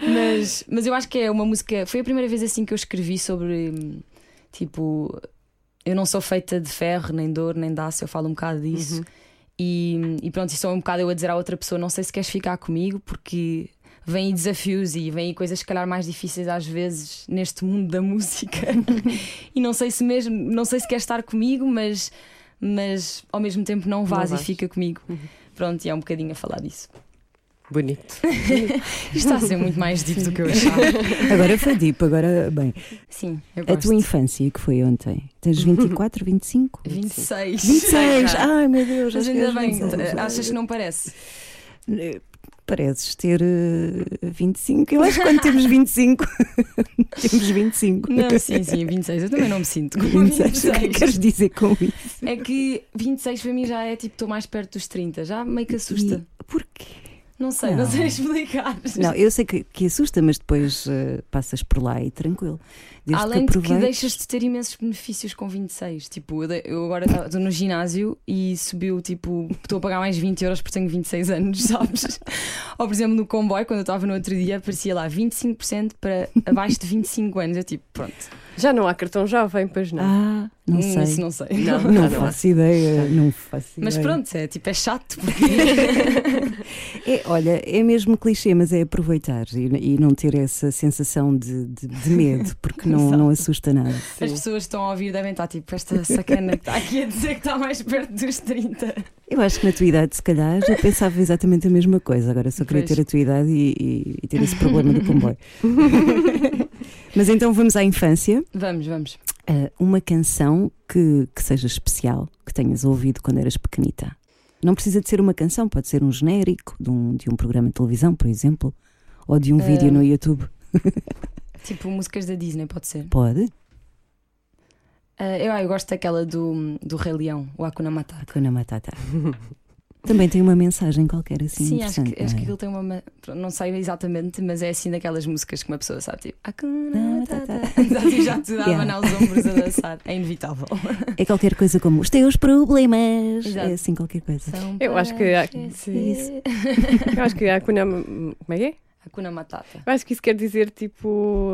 C: mas, mas eu acho que é uma música. Foi a primeira vez assim que eu escrevi sobre hum, tipo. Eu não sou feita de ferro, nem dor, nem daço, eu falo um bocado disso. E, e pronto, isso é um bocado eu a dizer à outra pessoa: não sei se queres ficar comigo, porque vêm aí desafios e vêm aí coisas, se calhar, mais difíceis às vezes neste mundo da música. e não sei se mesmo, não sei se queres estar comigo, mas, mas ao mesmo tempo não vás,
E: vais.
C: e fica comigo. Pronto, e é um bocadinho a falar disso.
E: Bonito.
C: Isto está a ser muito mais deep do que eu achava.
F: Agora foi deep, agora bem.
C: Sim, eu
F: A tua
C: gosto.
F: infância que foi ontem? Tens 24, 25?
C: 26.
F: 26!
C: Ah,
F: Ai meu Deus,
C: mas
F: acho
C: ainda
F: que
C: bem, eh,
F: és 26.
C: achas que não parece?
F: Eh, Pareces ter eh, 25. Eu acho que quando temos 25, [LAUGHS] temos 25.
C: [LAUGHS] Não, sim, sim, 26. Eu também não me sinto com
F: 26. O que é que
C: 26.
F: queres dizer com isso?
C: É que 26 para mim já é tipo, estou mais perto dos 30, já meio que assusta.
F: E Porquê?
C: Não sei, não,
F: Não.
C: sei explicar.
F: Não, eu sei que, que assusta, mas depois eh, passas por lá e tranquilo. Desde
C: Além
F: que
C: de que
F: aproveites-
C: deixas de ter imensos benefícios com 26. Tipo, eu de- eu agora estou no ginásio e subiu, tipo, estou a pagar mais 20 euros porque tenho 26 anos, [LAUGHS] sabes? Ou, por exemplo, no comboio, quando eu estava no outro dia, aparecia lá 25% para abaixo de 25 anos. Eu, tipo, pronto.
E: Já não há cartão jovem, pois não.
F: Ah, não
C: hum,
F: sei.
C: Isso não sei.
E: Não.
F: Não
E: Ah, não.
F: faço ideia, não faço
C: Mas
F: ideia.
C: pronto, é tipo, é chato porque.
F: É, olha, é mesmo clichê, mas é aproveitar e, e não ter essa sensação de, de- de medo, porque
C: [LAUGHS]
F: não, não assusta nada.
C: As pessoas que estão a ouvir devem estar tipo, esta sacana que está aqui a dizer que está mais perto dos 30.
F: Eu acho que na tua idade, se calhar, eu pensava exatamente a mesma coisa. Agora só queria
C: Pois.
F: ter a tua idade e, e- e ter esse problema do
C: [LAUGHS]
F: comboio. mas então vamos à infância.
C: Vamos, vamos.
F: Ah, uma canção que, que seja especial, que tenhas ouvido quando eras pequenita. Não precisa de ser uma canção, pode ser um genérico de um, de um programa de televisão, por exemplo, ou de um
C: Ah.
F: vídeo no YouTube.
C: Tipo, músicas da Disney, pode ser.
F: Pode?
C: Ah, eu, ah, eu gosto daquela do, do Rei Leão, o Hakuna Matata.
F: Hakuna Matata. [LAUGHS] Também tem uma mensagem qualquer assim
C: Sim, acho
F: interessante.
C: que, acho
F: não
C: que
F: é?
C: aquilo tem uma. ma- pronto, Não sei exatamente, mas é assim daquelas músicas que uma pessoa sabe, tipo Hakuna Matata. [LAUGHS] Exato, já te dava
F: Yeah.
C: os ombros a dançar. É inevitável.
F: É qualquer coisa como os teus problemas.
C: Exato.
F: É assim qualquer coisa.
C: São
E: Eu acho que
C: para
E: há-
C: esquecer.
F: Isso.
E: Eu acho que a Hakuna. Como é que é?
C: Hakuna Matata.
E: Eu acho que isso quer dizer tipo.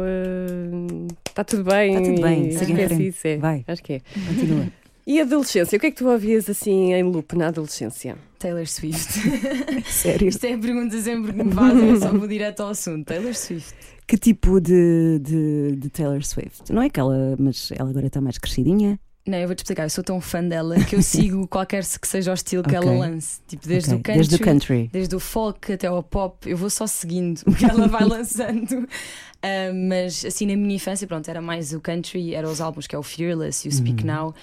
E: Está tudo bem.
F: Tá tudo bem,
E: e
F: siga em
E: esquece
F: frente.
E: isso, é.
F: Vai.
E: Acho que é.
F: Continua.
E: E adolescência? O que é que tu ouvias assim em loop na adolescência?
C: Taylor Swift.
F: [LAUGHS] Sério.
C: Isto é a pergunta sempre que me fazem, eu só vou direto ao assunto. Taylor Swift.
F: Que tipo de, de, de Taylor Swift? Não é que ela, mas ela agora está mais crescidinha.
C: Não, eu vou-te explicar, eu sou tão fã dela que eu sigo qualquer que seja o estilo que ela
F: Ok.
C: lance. Tipo, desde
F: Ok,
C: o country,
F: Desde o country.
C: desde o folk até ao pop, eu vou só seguindo o que ela vai lançando. Ah, mas assim, na minha infância, pronto, era mais o country, eram os álbuns que é o Fearless e o Speak Now.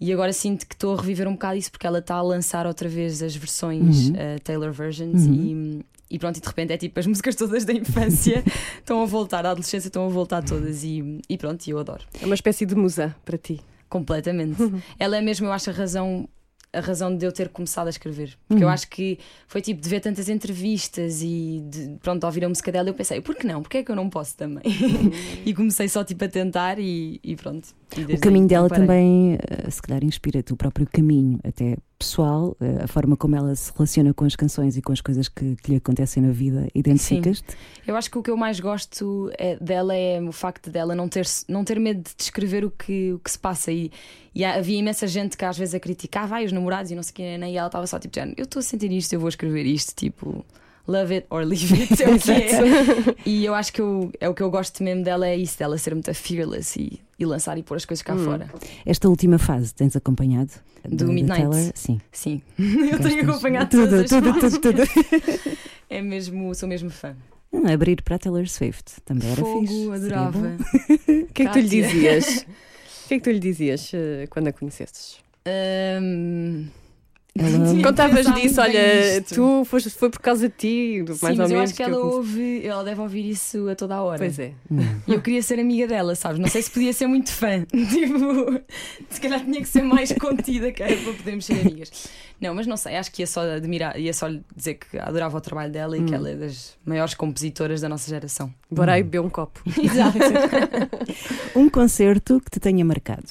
C: E agora sinto que estou a reviver um bocado isso porque ela está a lançar outra vez as versões
F: Uhum.
C: ah, Taylor versions e, e pronto, e de repente é tipo as músicas todas da infância estão a voltar, da adolescência estão a voltar todas e, e pronto, e eu adoro.
E: É uma espécie de musa para ti.
F: [LAUGHS]
C: Completamente. Ela é mesmo, eu acho, a razão, a razão de eu ter começado a escrever. Porque eu
F: Uhum.
C: acho que foi tipo de ver tantas entrevistas e de, pronto, ouvir a música dela, eu pensei, por que não? Porquê é que eu não posso também? [LAUGHS] e comecei só tipo a tentar e, e pronto. E desde
F: Uhum. O
C: aí
F: caminho
C: não
F: dela
C: parei.
F: também, eh, se calhar, inspira-te o próprio caminho, até pessoal, eh, a forma como ela se relaciona com as canções e com as coisas que, que lhe acontecem na vida. Identificas-te?
C: Eu acho que o que eu mais gosto é- dela é o facto dela não ter, não ter medo de descrever o que, o que se passa. E, e há- havia imensa gente que às vezes a criticava, "Ai, os namorados e não sei o que, e ela estava só tipo, "Jane, eu estou a sentir isto, eu vou escrever isto, tipo. Love it or leave it, é o que é. [LAUGHS] E eu acho que eu- é o que eu gosto mesmo dela, é isso, dela ser muito fearless e, e lançar e pôr as coisas cá fora.
F: Esta última fase tens acompanhado?
C: Do
F: Da- da
C: Midnight.
F: Taylor? Sim.
C: Sim, [LAUGHS] eu tenho
F: Gostas?
C: acompanhado
F: Tudo,
C: todas as
F: tudo,
C: fases.
F: tudo,
C: [LAUGHS] É mesmo, sou mesmo fã.
F: Hum, abrir para a Taylor Swift também era
C: Fogo,
F: fixe. Seria bom.
C: adorava.
E: O que é que tu lhe
C: Cátia.
E: dizias? [LAUGHS] O que é que tu lhe dizias eh, quando a conhecestes?
C: Ahm,
F: Ela-
C: [LAUGHS] tinha que
E: Contavas
C: pensar muito
E: disso,
C: bem
E: olha,
C: nisto.
E: tu foste, foi por causa de ti, mais
C: Sim,
E: ou
C: mas
E: menos.
C: eu acho que ela
E: eu conheci-
C: ouve, ela deve ouvir isso a toda a hora.
E: Pois é.
C: E eu queria ser amiga dela, sabes? Não sei se podia ser muito fã. [LAUGHS] Tipo, se calhar tinha que ser mais contida que era para podermos ser amigas. Não, mas não sei, acho que ia só admirar, ia só lhe dizer que adorava o trabalho dela e que ela é das maiores compositoras da nossa geração.
E: Bora aí beber um copo.
C: [LAUGHS] Exato.
F: Um concerto que te tenha marcado.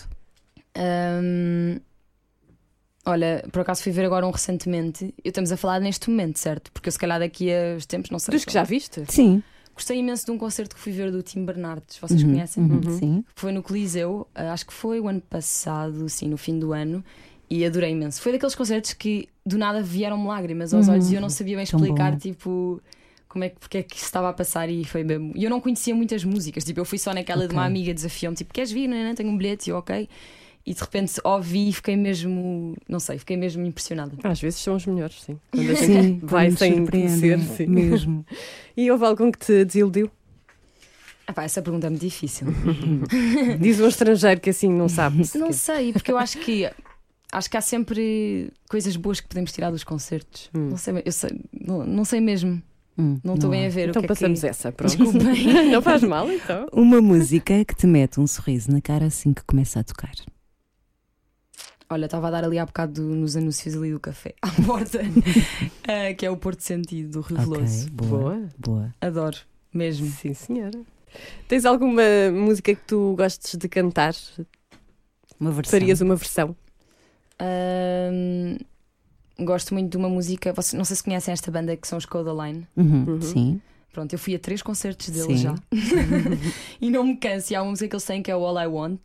C: Olha, por acaso fui ver agora um recentemente. Eu estamos a falar neste momento, certo? Porque eu se calhar daqui a uns tempos, não sei.
E: Dos que já viste?
F: Sim.
C: Gostei imenso de um concerto que fui ver do Tim Bernardes. Vocês
F: Uhum,
C: conhecem? [LAUGHS]
F: Sim.
C: Foi no Coliseu, ah, acho que foi o ano passado, sim, no fim do ano. E adorei imenso. Foi daqueles concertos que do nada vieram-me lágrimas aos olhos e eu não sabia bem
F: Uhum. Tão bom.
C: explicar, tipo. Como é que, porque é que isso estava a passar e foi mesmo. E eu não conhecia muitas músicas, tipo, eu fui só naquela de uma amiga, desafiou-me, tipo, queres vir? Não, não tenho um bilhete, E eu, ok. E de repente ouvi e fiquei mesmo, não sei, fiquei mesmo impressionada.
E: Às vezes são os melhores,
C: [LAUGHS]
E: sim. Quando a gente
F: Sim,
E: vai
F: nos
E: sem
F: surpreendem,
E: conhecer, sim.
F: Mesmo.
E: E houve algum que te desiludiu?
C: Ah pá, essa pergunta é muito difícil.
E: Diz um estrangeiro que assim não sabe.
C: Não sei, porque eu acho que acho que há sempre coisas boas que podemos tirar dos concertos. Não sei, bem- eu sei, não, não sei mesmo.
F: Hum,
C: não estou bem a ver.
E: Então
C: o que
E: passamos
C: é que...
E: essa, pronto.
C: Desculpem.
E: [LAUGHS] não faz mal, então.
F: Uma música que te mete um sorriso na cara assim que começa a tocar.
C: Olha, estava a dar ali há bocado nos anúncios ali do café [LAUGHS] à porta, eh, que é o Porto Sentido do Rio Veloso.
F: Ok, boa. Boa.
C: Adoro, mesmo.
E: Sim, senhora. Tens alguma música que tu gostes de cantar?
F: Uma versão.
E: Farias uma versão?
C: Ahm, gosto muito de uma música. Vocês, não sei se conhecem esta banda que são os Codaline.
F: Uhum, Sim.
C: Pronto, eu fui a três concertos deles
F: Sim.
C: já. [LAUGHS] e não me canso. E há uma música que eles têm que é o All I Want.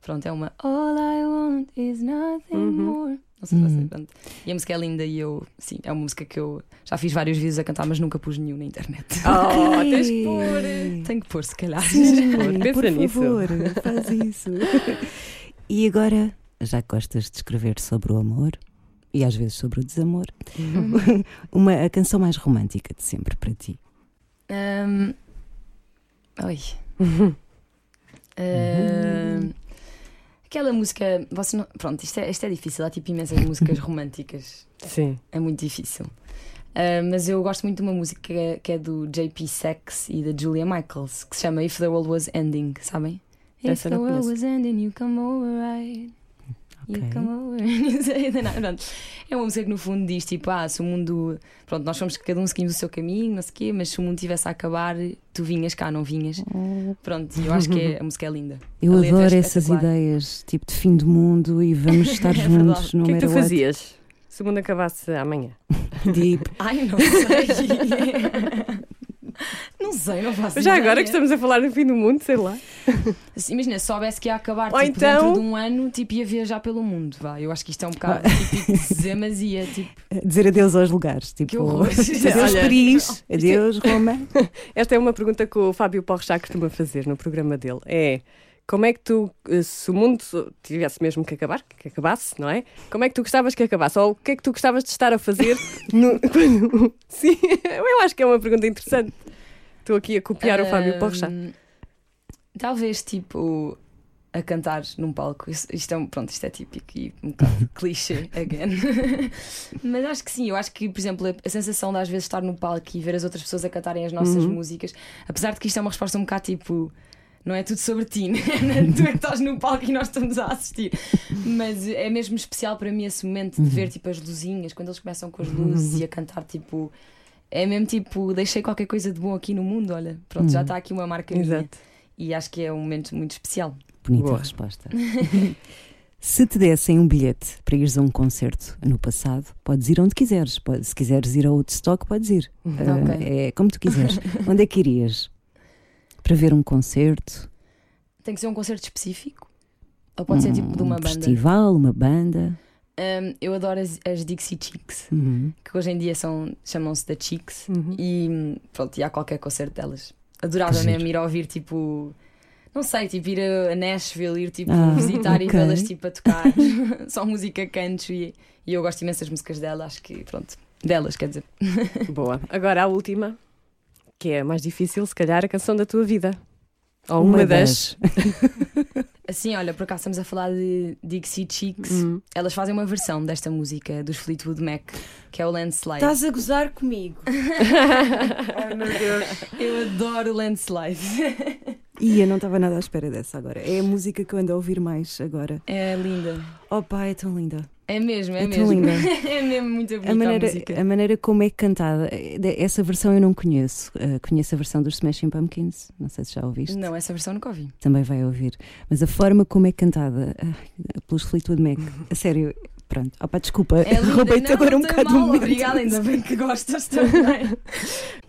C: Pronto, é uma All I Want is nothing more. Não sei se você- pronto. E a música é linda e eu, sim, é uma música que eu já fiz vários vídeos a cantar, mas nunca pus nenhum na internet.
E: [LAUGHS] Oh, tens de pôr.
F: pôr.
C: Tenho que pôr, se calhar.
E: Pensa
F: por
E: nisso.
F: favor, faz
E: [LAUGHS]
F: isso. e agora, já que gostas de escrever sobre o amor e às vezes sobre o desamor,
E: Uhum.
F: [LAUGHS] uma a canção mais romântica de sempre para ti.
C: [LAUGHS] Ahm, Oi. Ahm, Aquela música. Você não... Pronto, isto é, isto é difícil. Há tipo imensas músicas [LAUGHS] românticas.
E: Sim.
C: É muito difícil. Ah, mas eu gosto muito de uma música que é, que é do JP Sacks e da Julia Michaels, que se chama If the World Was Ending, sabem?
E: Essa
C: If the
E: não
C: world
E: conheço.
C: was ending, you come over, right? You
F: Ok.
C: come over. [LAUGHS] and say that I- Pronto. É uma música que no fundo diz tipo, ah, se o mundo. Pronto, nós somos que cada um seguimos o seu caminho, não sei o quê, mas se o mundo tivesse a acabar, tu vinhas cá, não vinhas. Pronto, e eu acho que é- a música é linda.
F: Eu
C: A letra
F: adoro
C: é
F: essas
C: espetacular.
F: ideias, tipo de fim do mundo e vamos
E: [LAUGHS]
F: estar
C: É
F: juntos
C: verdade.
F: no
E: O que é que
F: matter
E: tu
F: what.
E: fazias se o mundo acabasse amanhã?
F: Deep.
C: [LAUGHS] Ai, não sei. [LAUGHS] não sei, não faço
E: Mas já agora
C: ideia.
E: que estamos a falar no fim do mundo, sei lá.
C: Se- Assim, Imagina, se soubesse que ia acabar
E: Ou
C: tipo,
E: então-
C: dentro de um ano, tipo, ia viajar pelo mundo. Vá, eu acho que isto é um bocado típico de dizer,
E: [LAUGHS]
C: mas ia, tipo,
F: Dizer adeus aos lugares, tipo
C: que horror.
F: adeus
E: Olha,
F: Paris, adeus Roma.
E: Esta é uma pergunta que o Fábio Porchat costuma fazer no programa dele. É como é que tu, eh, se o mundo tivesse mesmo que acabar, que acabasse, não é? Como é que tu gostavas que acabasse? Ou o que é que tu gostavas de estar a [LAUGHS] fazer? no- quando- [LAUGHS] Sim, eu acho que é uma pergunta interessante. Estou aqui a copiar o Fábio Porchat.
C: Ahm, hum, Talvez, tipo, a cantar num palco. Isso- Isto é, um- pronto, isto é típico e
E: [LAUGHS]
C: um bocado clichê, again. [LAUGHS] mas acho que sim, eu acho que, por exemplo, a, a sensação de às vezes estar no palco e ver as outras pessoas a cantarem as nossas
E: Uhum.
C: músicas, apesar de que isto é uma resposta um bocado tipo. Não é tudo sobre ti, [LAUGHS] né? tu é que estás no palco e nós estamos a assistir. Mas é mesmo especial para mim esse momento de ver tipo as luzinhas, quando eles começam com as luzes e a cantar tipo. É mesmo tipo, deixei qualquer coisa de bom aqui no mundo, olha. Pronto, já está aqui uma marca minha.
E: Exato.
C: E acho que é um momento muito especial.
F: Bonita
E: Boa.
F: resposta. [LAUGHS] Se te dessem um bilhete para ires a um concerto no passado, podes ir onde quiseres. Pode- se quiseres ir a Woodstock, podes ir.
C: Uhum. Ok.
F: Eh, é como tu quiseres.
C: [LAUGHS]
F: onde é que irias? Para ver um concerto,
C: Tem que ser um concerto específico? Ou pode ser tipo de uma
F: um
C: banda?
F: festival, uma banda.
C: Hum, eu adoro as, as Dixie Chicks,
F: Uhum.
C: que hoje em dia são, chamam-se da Chicks. E hum, pronto, e há qualquer concerto delas. Adorava
F: Que giro.
C: mesmo ir a ouvir tipo. Não sei, tipo ir a a Nashville, ir tipo
F: Ah,
C: visitar e
F: ok.
C: vê-las tipo a tocar. [LAUGHS] Só música country. E eu gosto imenso das músicas dela, acho que pronto. Delas, quer dizer.
E: Boa. Agora a última, que é a mais difícil, se calhar, a canção da tua vida. Ou uma,
F: Uma
E: das.
C: Assim, olha, por acaso estamos a falar de Dixie Chicks.
F: Hum.
E: Hum.
C: Elas fazem uma versão desta música dos Fleetwood Mac, que é o Landslide. [LAUGHS]
F: a gozar comigo.
G: Ai meu Deus.
C: Eu adoro Landslide. [LAUGHS]
F: E eu não estava nada à espera dessa agora. É a música que eu ando a ouvir mais agora.
C: É linda.
F: Oh pá, é tão linda.
C: É mesmo, é,
F: É tão
C: mesmo.
F: linda.
C: É mesmo muito bonita
F: A maneira,
C: música.
F: a maneira como é cantada, eh, de- essa versão eu não conheço. Eh, conheço a versão dos Smashing Pumpkins, não sei se já ouviste.
C: Não, essa versão nunca ouvi.
F: Também vai ouvir. Mas a forma como é cantada ai, pelos Fleetwood Mac, a sério, Pronto, opa, desculpa,
C: [LAUGHS] É linda,
F: roubei-te
C: não,
F: agora um
C: não tem
F: bocado
C: mal,
F: o momento.
C: Obrigada, ainda bem que gostas [LAUGHS] também.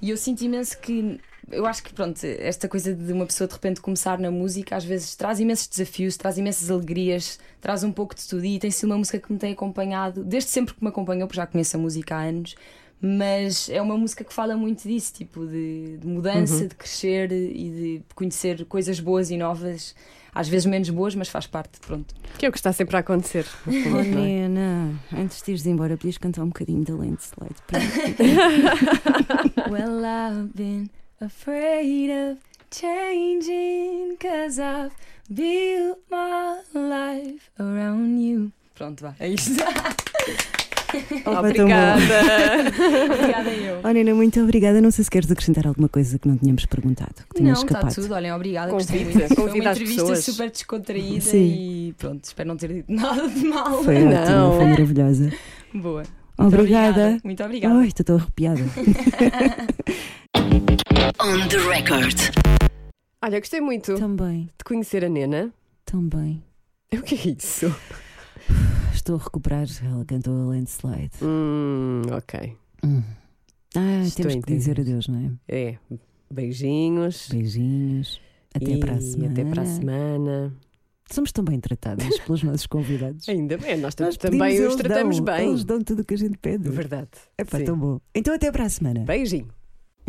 C: e eu sinto imenso que. Eu acho que, pronto, esta coisa de uma pessoa de repente começar na música às vezes traz imensos desafios, traz imensas alegrias, traz um pouco de tudo e tem sido uma música que me tem acompanhado desde sempre que me acompanhou, porque já conheço a música há anos. Mas é uma música que fala muito disso, tipo de, de mudança, de crescer e de conhecer coisas boas e novas, às vezes menos boas, mas faz parte, pronto.
E: Que é o que está sempre a acontecer. no fundo,
F: Oh,
E: não é?
F: Nena, antes de ires embora, podias cantar um bocadinho da Landslide. Pronto.
C: Well, I've been afraid of changing Cause I've built my life around you Pronto, vá, é isto
F: Opa, tão bom.
E: Obrigada. [LAUGHS]
C: [LAUGHS] Obrigada eu
F: Oh, Nena, muito obrigada. Não sei se queres acrescentar alguma coisa que não tínhamos perguntado, que tinha
C: Não, está
F: escapado.
C: tudo, olhem, obrigada gostei
E: Convida,
C: muito. Foi
E: convida
C: uma
E: as
C: entrevista
E: pessoas.
C: super descontraída
F: Sim.
C: e pronto, espero não ter dito [LAUGHS] nada de mal
F: Foi
E: Não.
F: ótimo, foi maravilhosa.
C: Boa, Muito
F: Obrigada.
C: Muito obrigada
F: Ai, estou tão arrepiada.
D: On the record.
E: Olha, gostei muito
F: também,
E: de conhecer a Nena.
F: também.
E: O que é isso?
F: Estou a recuperar. Ela cantou a Landslide.
E: Hum, ok.
F: Hum. Ah,
E: Estou
F: temos que dizer adeus, não é?
E: É. Beijinhos.
F: Beijinhos. Até
E: e
F: para a semana.
E: Até para a semana.
F: Somos tão bem
E: [LAUGHS]
F: tratadas pelos nossos convidados.
E: Ainda bem, nós, tam-
F: Nós pedimos,
E: Então, também
F: eles
E: os tratamos
F: dão.
E: bem.
F: Eles dão tudo o que a gente pede.
E: Verdade.
F: É pá,
E: Sim.
F: tão bom. Então até para a semana.
E: Beijinho.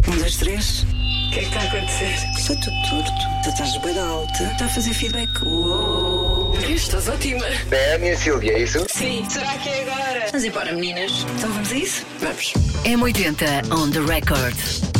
A: Um, dois, três.
B: O que é que está a acontecer?
A: Está tudo torto. Tu estás bué da alta. Está a fazer feedback. Uou.
B: Estás ótima.
H: É a minha Silvia, é isso?
B: Sim. Será que é agora?
A: Vamos embora, meninas. Então vamos a isso? Vamos.
D: M80 on the record.